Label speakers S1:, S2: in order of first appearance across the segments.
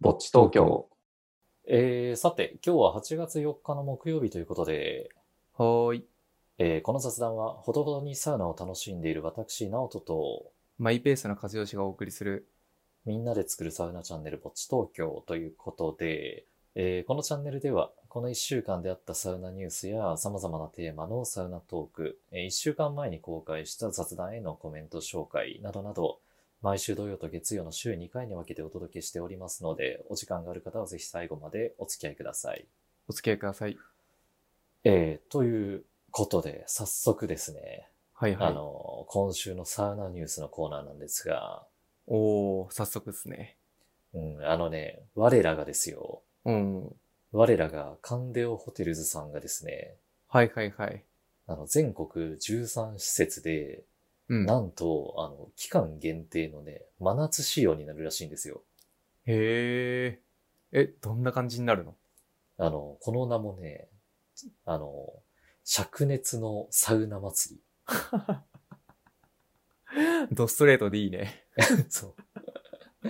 S1: ぼっち東京。
S2: えー、さて、今日は8月4日の木曜日ということで、
S3: はーい。
S2: えーこの雑談はほどほどにサウナを楽しんでいる私、直人と、
S3: マイペースな和義がお送りする。
S2: みんなで作るサウナチャンネルぼっち東京ということで、えーこのチャンネルでは、この1週間であったサウナニュースや様々なテーマのサウナトーク、え1週間前に公開した雑談へのコメント紹介などなど、毎週土曜と月曜の週2回に分けてお届けしておりますので、お時間がある方はぜひ最後までお付き合いください。
S3: お付き合いください。
S2: えーということで、早速ですね、
S3: はいは
S2: あ
S3: い。
S2: の、今週のサウナニュースのコーナーなんですが、
S3: おー、早速ですね。
S2: うん、あのね、我らがですよ。
S3: うん。
S2: 我らがカンデオホテルズさんがですね、
S3: はいはいはい。
S2: あの、全国13施設で、
S3: うん。
S2: なんと、あの、期間限定のね、真夏仕様になるらしいんですよ。
S3: へー。え、どんな感じになるの
S2: あの、この名もね、あの、灼熱のサウナ祭
S3: ドストレートでいいね。
S2: り。そう。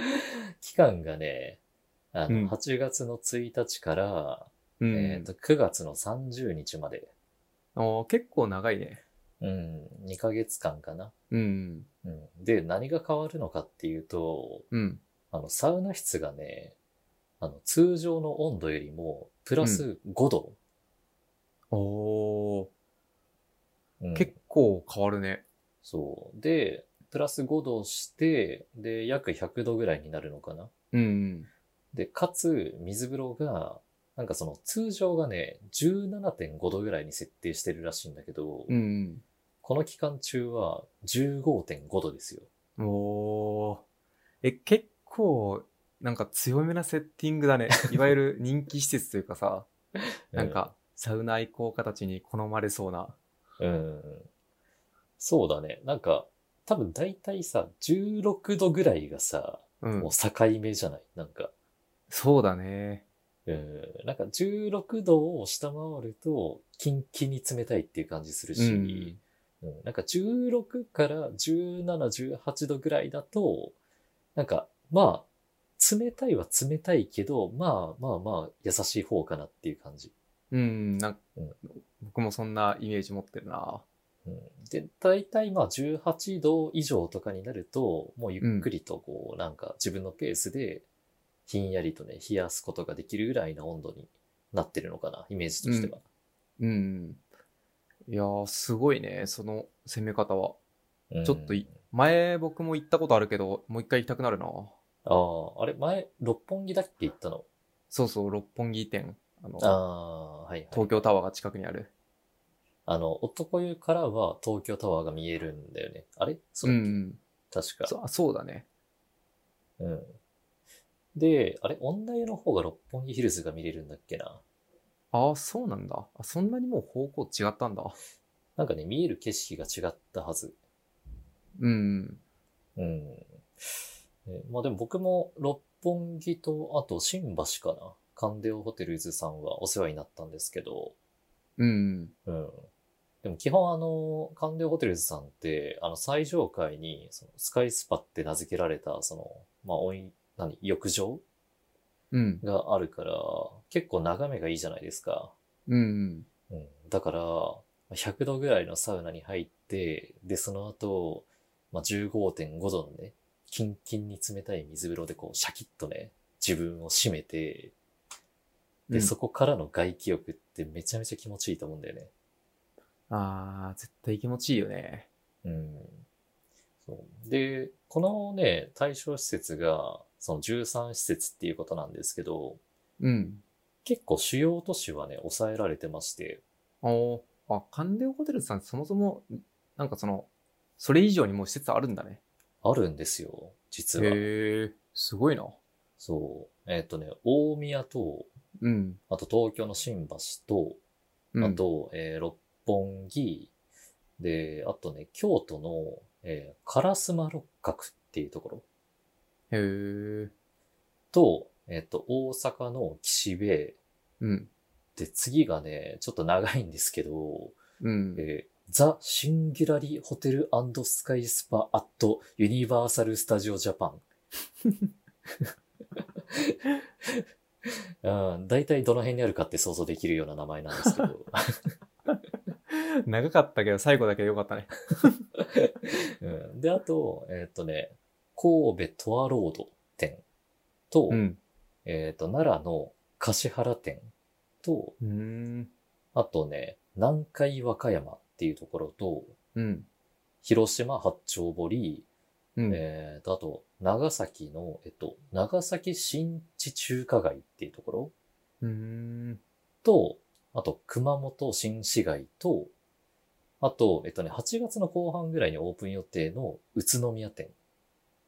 S2: 期間がね、あ
S3: うん
S2: の、8月の1日から、
S3: うん。
S2: えーと、9月の30日まで、
S3: おー結構長いね。
S2: うん、2ヶ月間かな。
S3: うん。
S2: うん、で、何が変わるのかっていうと、
S3: うん。
S2: あの、サウナ室がね、あの、通常の温度よりも、プラス5度。
S3: おー、
S2: うん
S3: 結構変わるね。
S2: そう。で、プラス5度して、で、約100度ぐらいになるのかな。
S3: うん。
S2: で、かつ、水風呂が、なんかその、通常がね、17.5度ぐらいに設定してるらしいんだけど、
S3: うん。
S2: この期間中は15.5度ですよ。
S3: おー。え、結構、なんか強めなセッティングだね。いわゆる人気施設というかさ、なん
S2: うん
S3: か、サウナ愛好家たちに好まれそうな。
S2: うん。そうだね。なんか、多分大体さ、16度ぐらいがさ、
S3: うん
S2: もう。境目じゃないなんか、
S3: そうだね。
S2: うん。なんか16度を下回ると、キンキンに冷たいっていう感じするし、うんなんか16から17、18度ぐらいだと、なんか、まあ、冷たいは冷たいけど、まあまあまあ、優しい方かなっていう感じ。
S3: うん、なんか
S2: うん
S3: 僕もそんなイメージ持ってるな。
S2: うんで、大体まあ18度以上とかになると、もうゆっくりとこう、なんか自分のペースでひんやりとね、冷やすことができるぐらいな温度になってるのかな、イメージとしては。
S3: うん。いやー、すごいね、その攻め方は。
S2: うん
S3: ちょっとい前、僕も行ったことあるけど、もう一回行きたくなるな。
S2: ああ、あれ前、六本木だっけ言ったの
S3: そうそう、六本木店。あの、
S2: ああ、はい、はい。
S3: 東京タワーが近くにある。
S2: あの、男湯からは東京タワーが見えるんだよね。あれそう
S3: う
S2: だっけ、
S3: ん。
S2: 確か。
S3: そあそうだね。
S2: うん。で、あれ女湯の方が六本木ヒルズが見れるんだっけな
S3: ああ、そうなんだ。あそんなにもう方向違ったんだ。
S2: なんかね、見える景色が違ったはず。
S3: うん。
S2: うん。えまあでも僕も六本木と、あと新橋かな。カンデオホテルズさんはお世話になったんですけど、
S3: うん。
S2: うん。でも基本あの、カンデオホテルズさんって、あの最上階に、そのスカイスパって名付けられた、その、まあ、おい、何、浴場
S3: うん。
S2: があるから、結構眺めがいいじゃないですか。
S3: うん。
S2: うん。だから、100度ぐらいのサウナに入って、で、その後、まあ、15.5度のね、キンキンに冷たい水風呂でこう、シャキッとね、自分を締めて、で、
S3: うん
S2: そこからの外気浴ってめちゃめちゃ気持ちいいと思うんだよね。
S3: ああ、絶対気持ちいいよね。
S2: うん。そうで、このね、対象施設が、その13施設っていうことなんですけど、
S3: うん。
S2: 結構主要都市はね、抑えられてまして、
S3: おーあ、カンデオホテルズさんそもそも、なんかその、それ以上にもう施設あるんだね。
S2: あるんですよ、実は。
S3: へえ、すごいな。
S2: そう。えっ、とね、大宮と、
S3: うん。
S2: あと東京の新橋と、
S3: うん、
S2: あと、えー六本木、で、あとね、京都の、えー、烏丸六角っていうところ
S3: へえ、
S2: と、えっ、と、大阪の岸辺、
S3: うん。
S2: で、次がね、ちょっと長いんですけど、
S3: うん。
S2: えーザ・シンギュラリホテルスカイスパアットユニバーサル・スタジオ・ジャパン。 うん、大体どの辺にあるかって想像できるような名前なんですけ ど、
S3: 長かったけど、最後だけよかったね。
S2: うん、で、あと、えーっとね、神戸トアロード店と、
S3: うん。
S2: えーっと、奈良の橿原店と、
S3: うーん。
S2: あとね、南海和歌山っていうところと、
S3: うん。
S2: 広島八丁堀、
S3: うん。
S2: えーと、あと、長崎の、えっと、長崎新地中華街っていうところ
S3: うーん。
S2: と、あと、熊本新市街と、あと、えっとね、8月の後半ぐらいにオープン予定の宇都宮店。
S3: へ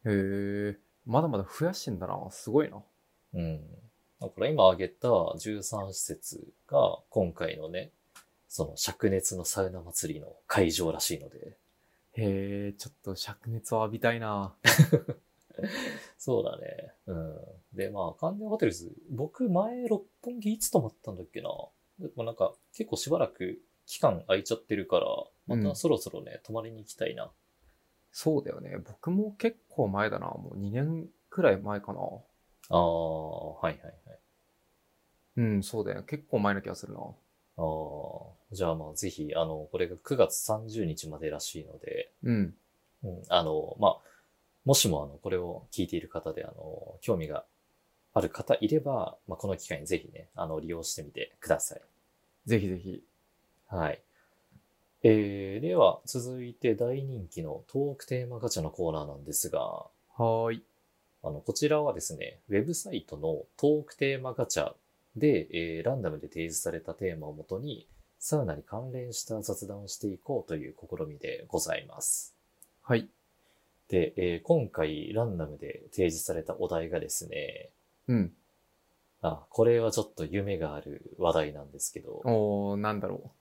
S3: え。まだまだ増やしてんだな。すごいな。
S2: うん。だから今挙げた13施設が今回のね、その灼熱のサウナ祭りの会場らしいので。
S3: へえ、ちょっと灼熱を浴びたいな。
S2: そうだね。うん。で、まあ、関連ホテルズ、僕前六本木いつ泊まったんだっけな。でもなんか結構しばらく期間空いちゃってるから、ま
S3: う
S2: た
S3: ん
S2: そろそろね、泊まりに行きたいな。
S3: そうだよね。僕も結構前だな。もう2年くらい前かな。
S2: ああ、はいはいはい。
S3: うん、そうだよ。結構前な気がするな。
S2: ああ、じゃあまあぜひ、あの、これが9月30日までらしいので、
S3: うん。
S2: うん、あの、まあ、もしもあの、これを聞いている方で、あの、興味がある方いれば、まあ、この機会にぜひね、あの、利用してみてください。
S3: ぜひぜひ。
S2: はい。えー、では、続いて大人気のトークテーマガチャのコーナーなんですが、
S3: はーい。
S2: あの、こちらはですね、ウェブサイトのトークテーマガチャで、えーランダムで提示されたテーマをもとに、サウナに関連した雑談をしていこうという試みでございます。
S3: はい。
S2: で、えー今回ランダムで提示されたお題がですね、
S3: うん。
S2: あ、これはちょっと夢がある話題なんですけど、
S3: おー、なんだろ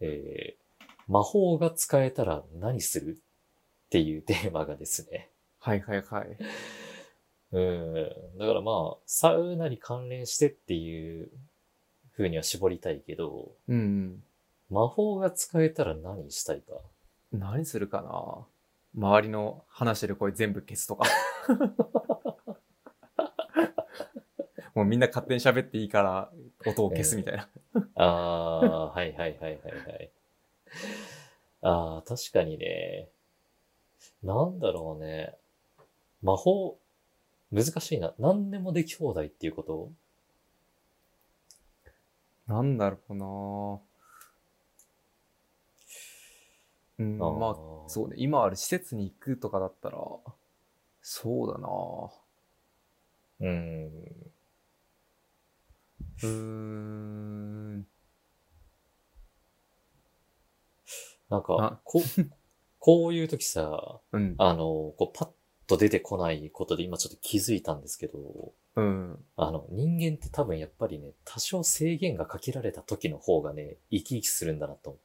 S2: えー魔法が使えたら何するっていうテーマがですね、
S3: う。はいはいはい。
S2: うん。だからまあ、サウナに関連してっていう風には絞りたいけど、
S3: うん。
S2: 魔法が使えたら何したいか。
S3: 何するかな周りの話してる声全部消すとか。 もうみんな勝手に喋っていいから音を消すみたいな。
S2: あ あー、はいはいはいはいはい。ああ、確かにね。なんだろうね。魔法、難しいな。何でもでき放題っていうこと
S3: なんだろうなうん、まあ
S2: ー
S3: そうね、今ある施設に行くとかだったら、そうだな
S2: うん。
S3: うーん。
S2: なん
S3: あ
S2: か、こ、こういう時さ、
S3: うん。
S2: あの、こう、パッと出てこないことで今ちょっと気づいたんですけど、
S3: うん。
S2: あの、人間って多分やっぱりね、多少制限がかけられた時の方がね、生き生きするんだなと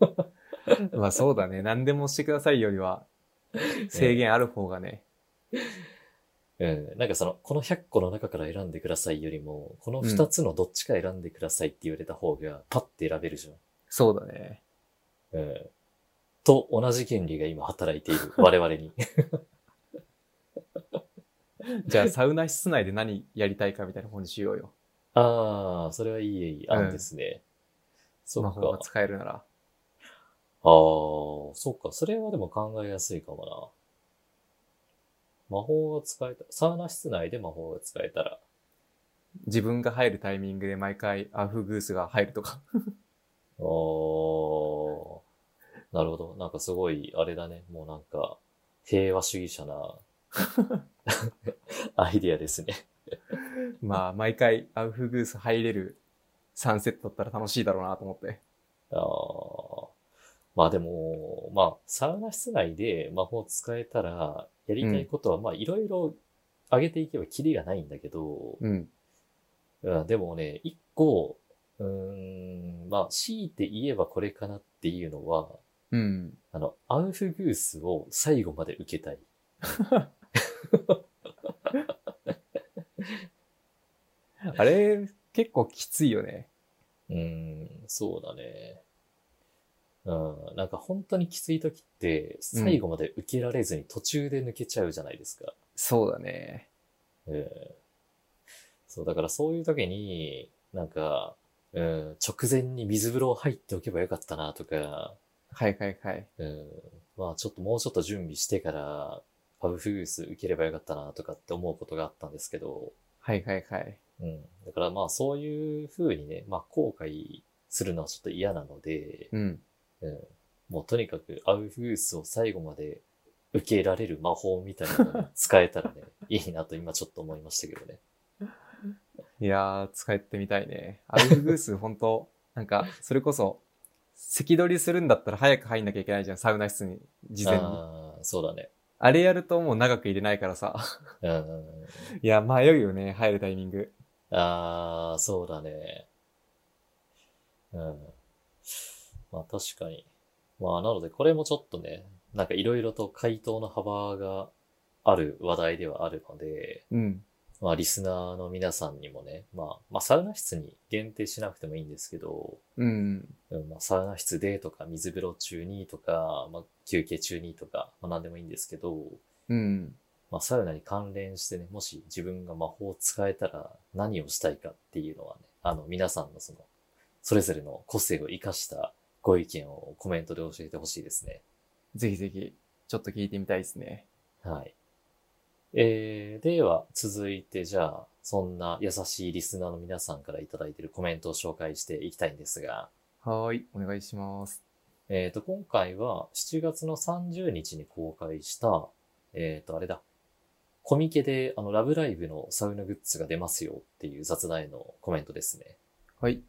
S2: 思
S3: まあそうだね。何でもしてくださいより は、制限ある方がね。
S2: う。うん。なんかその、この100個の中から選んでくださいよりも、この2つのどっちか選んでくださいって言われた方が、パッて選べるじ
S3: そうだね。
S2: ゃん。うん。と同じ原理が今働いている、我々に。
S3: じゃあサウナ室内で何やりたいかみたいな方にしようよ。
S2: ああ、それはいい、いい案ですね。そ
S3: 魔
S2: っか。
S3: 法が使えるなら。
S2: ああ、そっか。それはでも考えやすいかもな。魔法が使えた、サウナ室内で魔法が使えたら。
S3: 自分が入るタイミングで毎回アフグースが入ると か。
S2: あーなるほど。なんかすごい、あれだね。もうなんか、平和主義者なアイディアですね。
S3: まあ毎回アフグース入れるサンセットだったら楽しいだろうなと思って。
S2: あーまあでも、まあ、サウナ室内で魔法使えたら、やりたいことは、まあいろいろ上げていけばキリがないんだけど、
S3: うん。
S2: うん、でもね、一個、うーん、まあ、強いて言えばこれかなっていうのは、
S3: うん。
S2: あの、アウフグースを最後まで受けたい。
S3: あれ結構きついよね。
S2: うーん、そうだね。うん、なんか本当にきつい時って、最後まで受けられずに途中で抜けちゃうじゃないですか。
S3: そうだね。
S2: うん。そう、だからそういう時に、なんか、うん、直前に水風呂入っておけばよかったなとか、
S3: はいはいはい。
S2: うん、まあちょっともうちょっと準備してから、パブフグース受ければよかったなとかって思うことがあったんですけど、
S3: はいはいはい。
S2: うん、だからまあそういう風にね、まあ後悔するのはちょっと嫌なので、
S3: うん。
S2: うん、もうとにかくアウフグースを最後まで受けられる魔法みたいなのが使えたらね、 いいなと今ちょっと思いましたけどね。
S3: いやー、使ってみたいね。アルフグース、本当なんか、それこそ、咳取りするんだったら早く入んなきゃいけないじゃん、サウナ室に、事前に。あ
S2: あーそうだね。
S3: れやるともう長く入れないからさ。
S2: うん。
S3: いや、迷うよね、入るタイミング。
S2: ああ、そうだね。うん。まあ確かに。まあなのでこれもちょっとね、なんかいろいろと回答の幅がある話題ではあるので、
S3: うん。
S2: まあリスナーの皆さんにもね、まあ、まあサウナ室に限定しなくてもいいんですけど、
S3: うん。
S2: うんまあ、サウナ室でとか水風呂中にとか、まあ、休憩中にとか、まあ、何でもいいんですけど、
S3: うん。
S2: まあ、サウナに関連してね、もし自分が魔法を使えたら何をしたいかっていうのはね、あの皆さんのその、それぞれの個性を生かしたご意見をコメントで教えてほしいですね。
S3: ぜひぜひ、ちょっと聞いてみたいですね。
S2: はい。えー、では続いてじゃあ、そんな優しいリスナーの皆さんからいただいているコメントを紹介していきたいんですが、
S3: はーい、お願いします。
S2: えっ、と、今回は7月の30日に公開した、えっ、と、あれだ。コミケで、あの、ラブライブのサウナグッズが出ますよっていう雑談へのコメントですね。
S3: はい。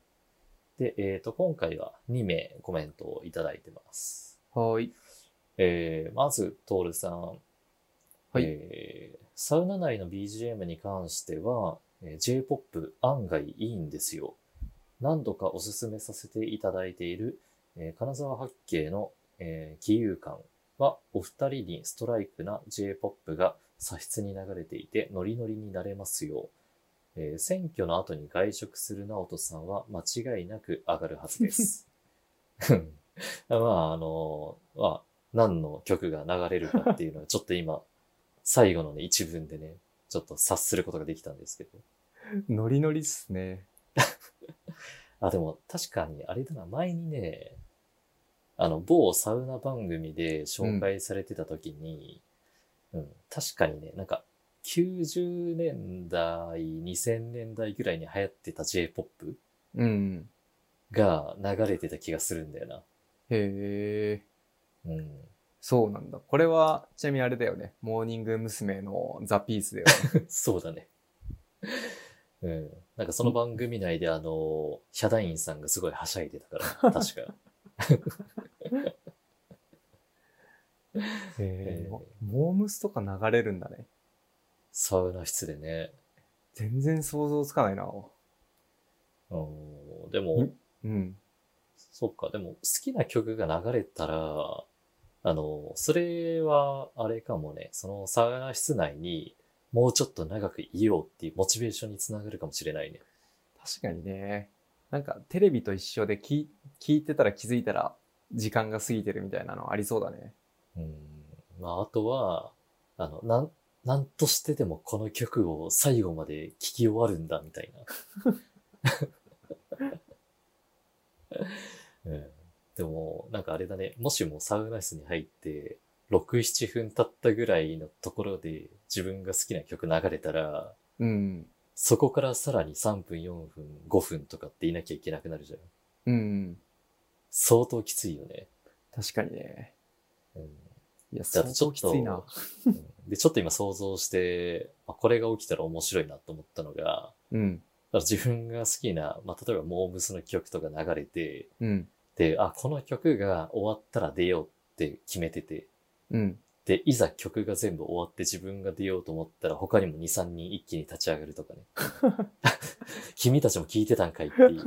S2: で、えっ、と、今回は2名コメントをいただいてます。
S3: はーい。
S2: えー、まず、トールさん。
S3: はい
S2: えーサウナ内の BGM に関しては、えー J-POP 案外いいんですよ。何度かおすすめさせていただいている、えー金沢八景の、えー、気遊館は、お二人にストライクな J-POP が左室に流れていて、ノリノリになれますよ。えー選挙の後に外食する直人さんは間違いなく上がるはず です。 まあ、あのまあ、何の曲が流れるかっていうのは、ちょっと今、最後のね、一文でね、ちょっと察することができたんですけど。
S3: ノリノリっすね。
S2: あ、でも確かに、あれだな、前にね、あの、某サウナ番組で紹介されてた時に、うん、確かにね、なんか、90年代、2000年代ぐらいに流行ってた J-POP
S3: うん。
S2: が流れてた気がするんだよな。
S3: へえ。
S2: うん。
S3: そうなんだ。これは、ちなみにあれだよね。モーニング娘。のザ・ピースだよね。
S2: そうだね。うん。なんかその番組内であの、ヒャダインさんがすごいはしゃいでたから、確か。
S3: へ
S2: え
S3: え
S2: ー
S3: モモームスとか流れるんだね。
S2: サウナ室でね。
S3: 全然想像つかないな。
S2: うん、でも
S3: ん、うん。
S2: そっか、でも好きな曲が流れたら、あの、それは、あれかもね、そのサウナ室内に、もうちょっと長くいようっていうモチベーションにつながるかもしれないね。
S3: 確かにね。なんか、テレビと一緒で聞い聞いてたら気づいたら、時間が過ぎてるみたいなのありそうだね。
S2: うん。まあ、あとは、あの、なん、なんとしてでもこの曲を最後まで聴き終わるんだ、みたいな。 うん。でも、なんかあれだね、もしもサウナ室に入って、6、7分経ったぐらいのところで自分が好きな曲流れたら、
S3: うん。
S2: そこからさらに3分、4分、5分とかっていなきゃいけなくなるじゃん。
S3: うん。
S2: 相当きついよね。
S3: 確かにね。
S2: うん
S3: いや、
S2: じゃあ
S3: 相
S2: ちょ
S3: 当
S2: っ
S3: きつ
S2: と、
S3: いな。
S2: うんで、ちょっと今想像して、あこれが起きたら面白いなと思ったのが、
S3: うん。
S2: だから自分が好きな、まあ、例えばモームスの曲とか流れて、
S3: うん。
S2: で、あ、この曲が終わったら出ようって決めてて、
S3: うん。
S2: で、いざ曲が全部終わって自分が出ようと思ったら他にも2、3人一気に立ち上がるとかね。 君たちも聞いてたんかいっていう。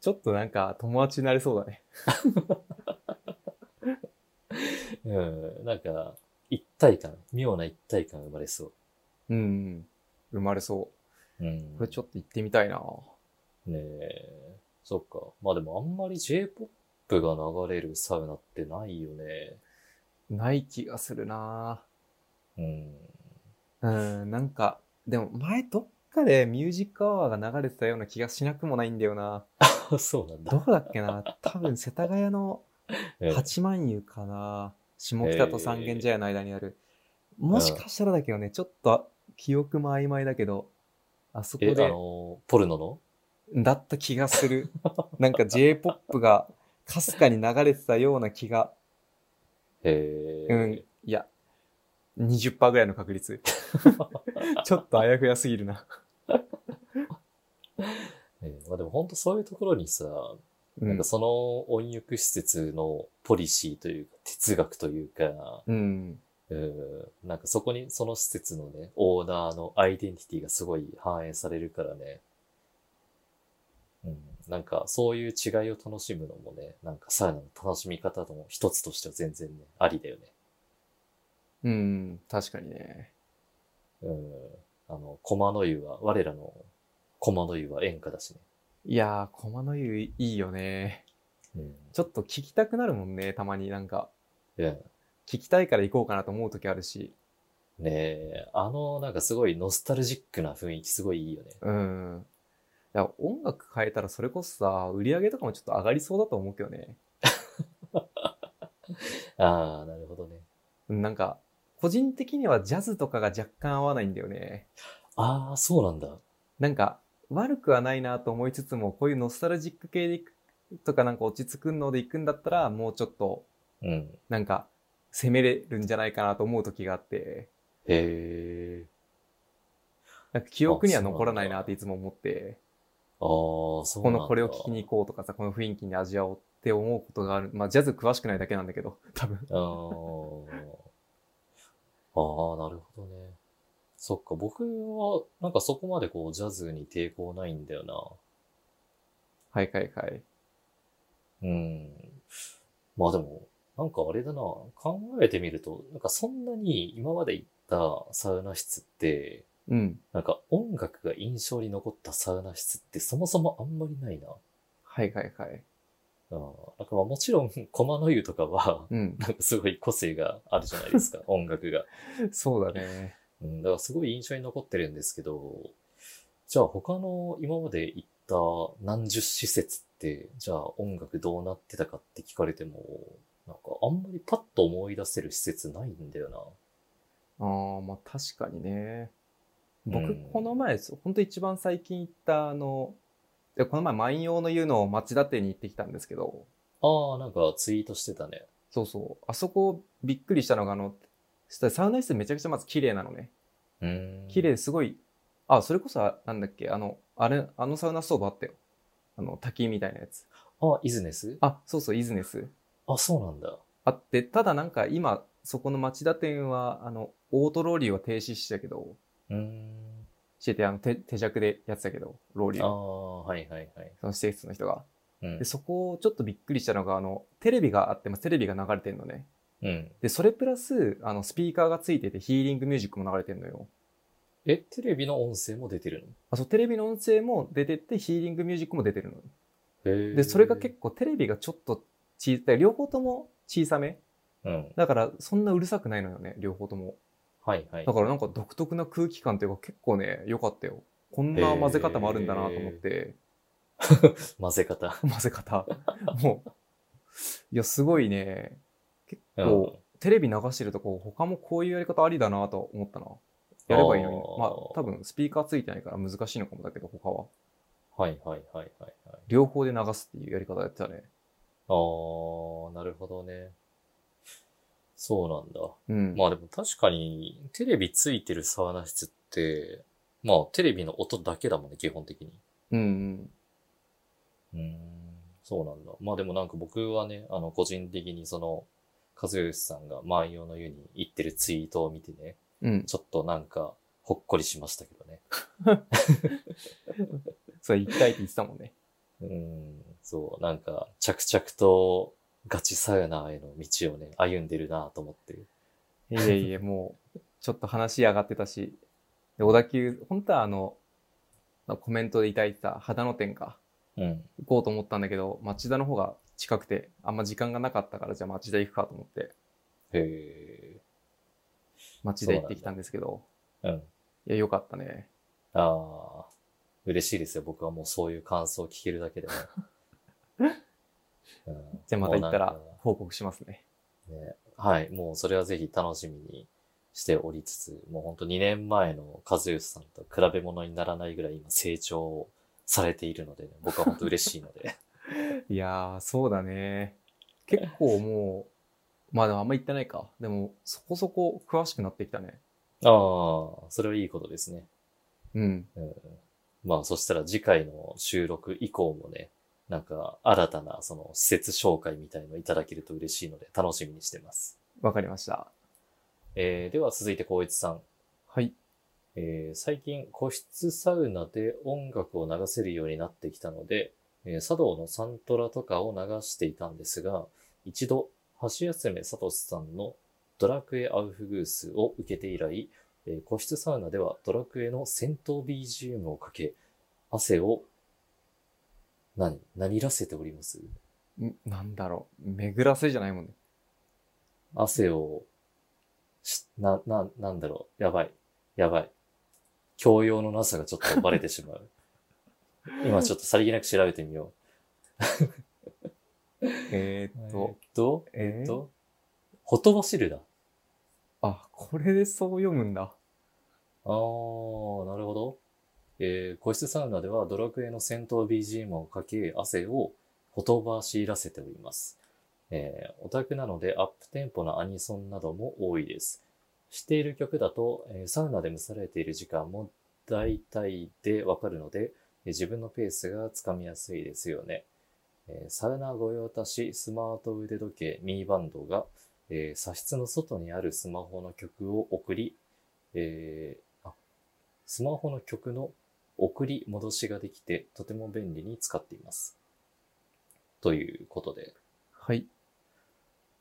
S3: ちょっとなんか、友達になれそうだね。
S2: うん、なんか、一体感、妙な一体感生まれそ。
S3: うん。生まれそう
S2: うん
S3: う。これちょっと行ってみたいな。
S2: ねえ、そっか。まあでもあんまり J-POP が流れるサウナってないよね。
S3: ない気がするな。
S2: うん。
S3: うん、なんか、でも前どっかでミュージックアワーが流れてたような気がしなくもないんだよな。
S2: あそうなん
S3: ど
S2: だ。
S3: こだっけ な多分世田谷の
S2: ええ
S3: 八幡湯かな。下北と三軒茶屋の間にある。もしかしたらだけどね、ちょっと記憶も曖昧だけど、あそこ
S2: え、あ
S3: で、
S2: の、ポルノの
S3: だった気がす る。なんか J-POP がかすかに流れてたような気が。
S2: え
S3: うん。いや、20%ぐらいの確 率。ちょっとあやふやすぎるな。
S2: えまあ、でも本当そういうところにさ、
S3: う
S2: なん
S3: ん
S2: か。その温浴施設のポリシーというか、哲学というか、
S3: うん。
S2: うん、なんかそこにその施設のね、オーナーのアイデンティティがすごい反映されるからね。うん、なんかそういう違いを楽しむのもね、なんかサウナの楽しみ方の一つとしては全然ね、ありだよね。
S3: うん、確かにね。
S2: うん、あの、駒の湯は、我らの駒の湯は演歌だしね。
S3: いやー、駒の湯いいよね。
S2: うん、
S3: ちょっと聞きたくなるもんね、たまになんか。
S2: うん
S3: 聞きたいから行こうかなと思う時あるし。
S2: ねえ、あの、なんかすごいノスタルジックな雰囲気すごいいいよね。
S3: うん。いや、音楽変えたらそれこそさ、売り上げとかもちょっと上がりそうだと思うけどね。
S2: ああ、なるほどね。
S3: なんか、個人的にはジャズとかが若干合わないんだよね。
S2: ああ、そうなんだ。
S3: なんか、悪くはないなと思いつつも、こういうノスタルジック系で行くとかなんか落ち着くので行くんだったら、もうちょっと、
S2: うん。
S3: なんか、攻めれるんじゃないかなと思う時があって、
S2: へえ。
S3: なんか記憶には残らないなっていつも思って、
S2: ああ、そう
S3: こ
S2: なんだ。
S3: のこれを聞きに行こうとかさ、この雰囲気に味わおうって思うことがある。まあ、ジャズ詳しくないだけなんだけど、多分。
S2: あーあー、なるほどね。そっか、僕は、なんかそこまでこう、ジャズに抵抗ないんだよ
S3: はいはいはい。
S2: な。うん。まあでも、なんかあれだな、考えてみると、なんかそんなに今まで行ったサウナ室って、
S3: うん。
S2: なんか音楽が印象に残ったサウナ室ってそもそもあんまりないな。
S3: はいはいはい。
S2: うん。なんかまあもちろん、駒の湯とかは、
S3: うん。
S2: なんかすごい個性があるじゃないですか、音楽が。
S3: そうだね。
S2: うん、だからすごい印象に残ってるんですけど、じゃあ他の今まで行った何十施設って、じゃあ音楽どうなってたかって聞かれても、なんかあんまりパッと思い出せる施設ないんだよな。
S3: ああ、まあ確かにね。
S2: う
S3: 僕
S2: ん、
S3: この前、そうほんと一番最近行った、あの、いやこの前、万葉の湯の町立てに行ってきたんですけど、
S2: ああ、なんかツイートしてたね。
S3: そうそう、あそこびっくりしたのが、あの、したサウナ室めちゃくちゃまず綺麗なのね。
S2: うーん。
S3: 綺麗ですごい、あ、それこそ、あなんだっけ、あの、あれ、あのサウナストーブあったよ。あの、滝みたいなやつ。
S2: あ、イズネス
S3: あ、そうそう、イズネス。
S2: あ、そうなんだ。
S3: あって、ただなんか今、そこの町田店は、あの、オートローリーは停止してたけど、
S2: うーん。
S3: してて、あの、手手弱でやってたけど、ローリー
S2: あ
S3: を
S2: あ、はいはいはい。
S3: その施設の人が。
S2: うん
S3: で、。そこをちょっとびっくりしたのが、あの、テレビがあって、まあ、テレビが流れてんのね。
S2: うん。
S3: で、それプラス、あの、スピーカーがついてて、ヒーリングミュージックも流れてんのよ。
S2: え、テレビの音声も出てる
S3: あ、そう、テレビの音声も出てて、ヒーリングミュージックも出てるの。
S2: のへえ。
S3: で、それが結構テレビがちょっと小さい、両方とも小さめ。
S2: 構。うん。
S3: だから、そんなうるさくないのよね、両方とも。
S2: はいはい
S3: だ。からなんか独特な空気感というか結構ね、良かったよ。こんな混ぜ方もあるんだなと思って、
S2: 混ぜ方。
S3: 混ぜ方。もう、いや、すごいね、結
S2: うん
S3: 構、テレビ流してるとこ、他もこういうやり方ありだなと思ったな。やればいいのに
S2: あー。
S3: まあ、多分スピーカーついてないから難しいのかもだけど、他は。
S2: はいはいはいはいはい。
S3: 両方で流すっていうやり方やってたね。
S2: あー、なるほどね。そうなんだ。
S3: うん。
S2: まあでも確かに、テレビついてるサウナ室って、まあテレビの音だけだもんね、基本的に。
S3: うんうん。
S2: うーん、そうなんだ。まあでもなんか僕はね、あの、個人的にその、和義さんが万葉の湯に行ってるツイートを見てね、
S3: うん。
S2: ちょっとなんか、ほっこりしましたけどね。
S3: それ行きたいって言ってたもんね。
S2: うーん、そう、なんか、着々とガチサウナへの道をね、歩んでるなと思って。
S3: いえいえ、もう、ちょっと話上がってたし、で小田急、本当はあの、まあコメントでいただいてた肌の店か、
S2: うん。
S3: 行こうと思ったんだけど、町田の方が近くて、あんま時間がなかったから、じゃあ町田行くかと思って、
S2: へえ。
S3: 町田行ってきたんですけど、
S2: ううん。
S3: いや、よかったね。
S2: ああ、嬉しいですよ。僕はもうそういう感想を聞ける だけでも。うん
S3: じゃあまた行ったら
S2: もうなんか
S3: 報告しますね。
S2: ね、はい、もうそれはぜひ楽しみにしておりつつ、もうほんと2年前の和義さんと比べ物にならないぐらい今成長をされているのでね、僕は本当嬉しい ので。
S3: いやー、そうだね。結構もう、まあでもあんま行ってないか。でも、そこそこ詳しくなってきたね。
S2: ああ、それはいいことですね。
S3: うん。
S2: まあそしたら次回の収録以降もね、なんか新たなその施設紹介みたいのいただけると嬉しいので楽しみにしてます。
S3: わかりました。
S2: えー、では続いて光一さん。
S3: はい。
S2: えー最近個室サウナで音楽を流せるようになってきたので、えー茶道のサントラとかを流していたんですが、一度、橋休め聡さんのドラクエアウフグースを受けて以来、えー個室サウナではドラクエの戦闘 BGM をかけ、汗を、何、何らせております
S3: んなんだろう。巡らせじゃないもんね。
S2: 汗を、しな、な、なんだろう。やばい。やばい。教養のなさがちょっとバレてしまう。今ちょっとさりげなく調べてみよ
S3: えー、
S2: う。
S3: っ
S2: えっ
S3: と、
S2: と、
S3: え
S2: えっ
S3: ー、
S2: と、ほとばしるだ。
S3: あ、これでそう読むんだ。
S2: あー、なるほど。えー、個室サウナではドラクエの戦闘 BGM をかけ、汗をほとばしらせております。えー、オタクなのでアップテンポなアニソンなども多いです。知っている曲だと、えーサウナで蒸されている時間も大体でわかるので、えー自分のペースがつかみやすいですよね。えーサウナ御用達スマート腕時計ミーバンドが、えー、差室の外にあるスマホの曲を送り、えーあスマホの曲の送り戻しができて、とても便利に使っています。ということで、
S3: はい。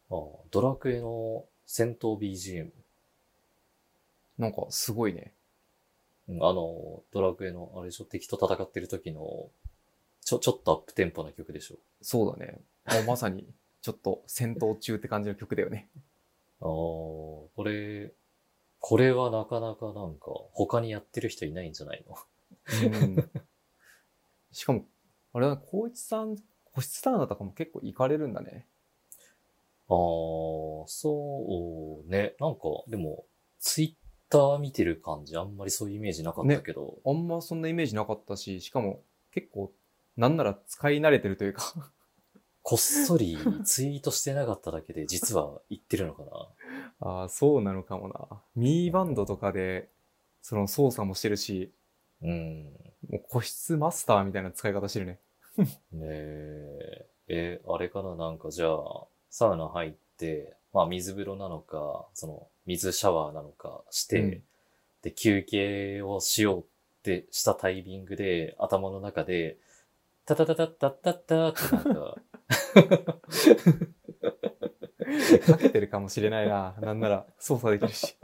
S2: あードラクエの戦闘 BGM、
S3: なんか、すごいね。
S2: うんあの、ドラクエの、あれでしょ、敵と戦ってる時の、ちょ、ちょっとアップテンポな曲でしょ。
S3: そうだね。もうまさに、 ちょっと戦闘中って感じの曲だよね。
S2: ああ、これ、これはなかなかなんか、他にやってる人いないんじゃないの
S3: うん。 しかも、あれだね、光一さん、個室サウナとかも結構行かれるんだね。
S2: ああ、そうね。なんか、でも、ツイッター見てる感じ、あんまりそういうイメージなかったけど、
S3: あんまそんなイメージなかったし、しかも結構、なんなら使い慣れてるというか、
S2: こっそりツイートしてなかっただけで、実は言ってるのかな。
S3: ああ、そうなのかもな。ミーバンドとかで、その操作もしてるし、
S2: うん。
S3: もう個室マスターみたいな使い方してるね。
S2: ねえ。え、あれかななんかじゃあ、サウナ入って、まあ水風呂なのか、その水シャワーなのかして、
S3: うん
S2: で、休憩をしようってしたタイミングで、頭の中で、タタタタタタタってなんか、
S3: かけてるかもしれないな。なんなら操作できる し。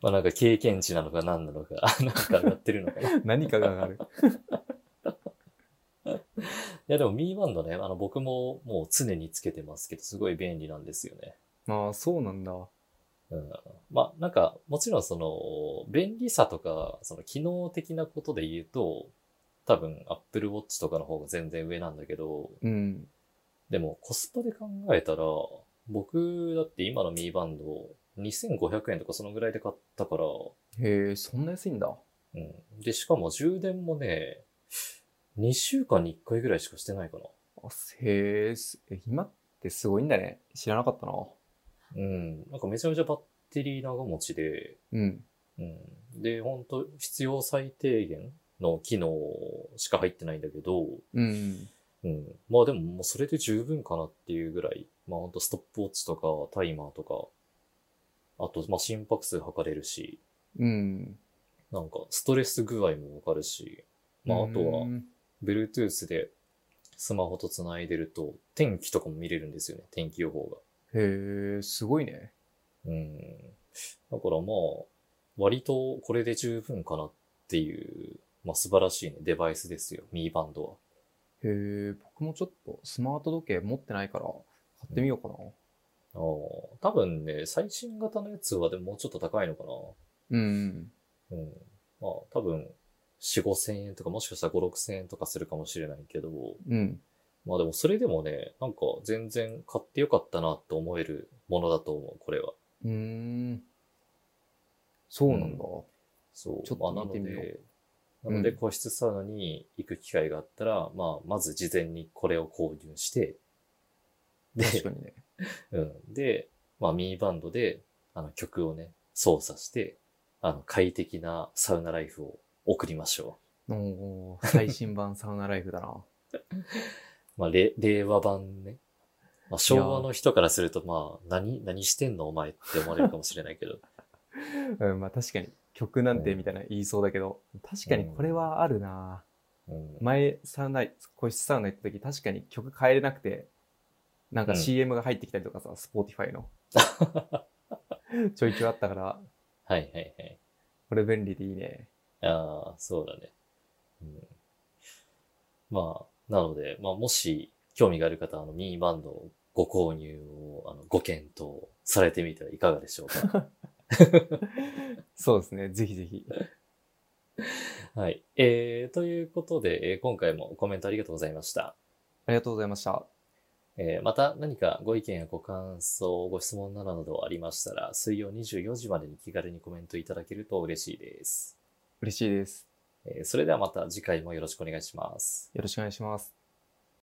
S2: まあなんか経験値なのか何なのか、 なんか上がってるのかな。い
S3: 何かが上がる。
S2: やでもミーバンドね、あの僕ももう常につけてますけど、すごい便利なんですよね。
S3: ああ、そうなんだ。
S2: うんまあなんかもちろんその便利さとかその機能的なことで言うと多分 Apple Watch とかの方が全然上なんだけど
S3: うん。
S2: でもコスパで考えたら僕だって今のミーバンド2500円とかそのぐらいで買ったから、
S3: へえ、そんな安いんだ。
S2: うん、でしかも充電もね2週間に1回ぐらいしかしてないかな
S3: あへえ、すえ今ってすごいんだね。知らなかったな。
S2: うんなんかめちゃめちゃバッテリー長持ちで
S3: うん。
S2: うん、で、本当必要最低限の機能しか入ってないんだけど、
S3: うん。
S2: うん、まあでももうそれで十分かなっていうぐらい、まあ本当ストップウォッチとかタイマーとか、あと、まあ心拍数測れるし、
S3: うん。
S2: なんかストレス具合もわかるし、まああとは
S3: う、ん
S2: Bluetooth でスマホとつないでると、天気とかも見れるんですよね、天気予報が。
S3: へえ、すごいね。
S2: うん。だからまあ、割とこれで十分かなっていう、まあ素晴らしいね、デバイスですよ、ミーバンドは。
S3: へえ、僕もちょっとスマート時計持ってないから買ってみようかな。
S2: ああー多分ね、最新型のやつはでももうちょっと高いのか
S3: うん。
S2: な。うん。まあ多分、4、5千円とかもしかしたら5、6千円とかするかもしれないけど、
S3: うん。
S2: まあでもそれでもね、なんか全然買ってよかったなと思えるものだと思う、これは。
S3: うーん。そうなんだ。
S2: そう。
S3: ちょっと
S2: まあなの
S3: 見てみよう
S2: で、なので
S3: うん
S2: 個室サウナに行く機会があったら、まあまず事前にこれを購入して、
S3: 確
S2: で
S3: か、にね。
S2: うん。で、まあ、ミニバンドで、あの、曲をね、操作して、あの、快適なサウナライフを送りましょ
S3: おー最新版サウナライフだな。
S2: う。まあ、れ令和版ね。まあ、昭和の人からすると、まあ、何、何してんのお前って思われるかもしれない けど。
S3: うん、まあ確かに。曲なんてみたいな言いそうだけど、確かにこれはあるな。
S2: うん。
S3: 前、サウナ、個室サウナ行った時、確かに曲変えれなくて、なん
S2: う
S3: か
S2: ん
S3: CM が入ってきたりとかさ、スポーティファイの。ちょいちょいあったから、
S2: はいはいはい。
S3: これ便利でいいね。
S2: ああ、そうだね。うん。まあ、なので、まあ、もし、興味がある方は、あの、ミニバンドをご購入を、あの、ご検討されてみてはいかがでしょうか。
S3: そうですね、ぜひぜひ。
S2: はい。えー、ということで、えー今回もコメントありがとうございました。
S3: ありがとうございました。
S2: えーまた何かご意見やご感想、ご質問などなどありましたら、水曜24時までに気軽にコメントいただけると嬉しいです。
S3: 嬉しいです。
S2: えーそれではまた次回もよろしくお願いします。
S3: よろしくお願いします。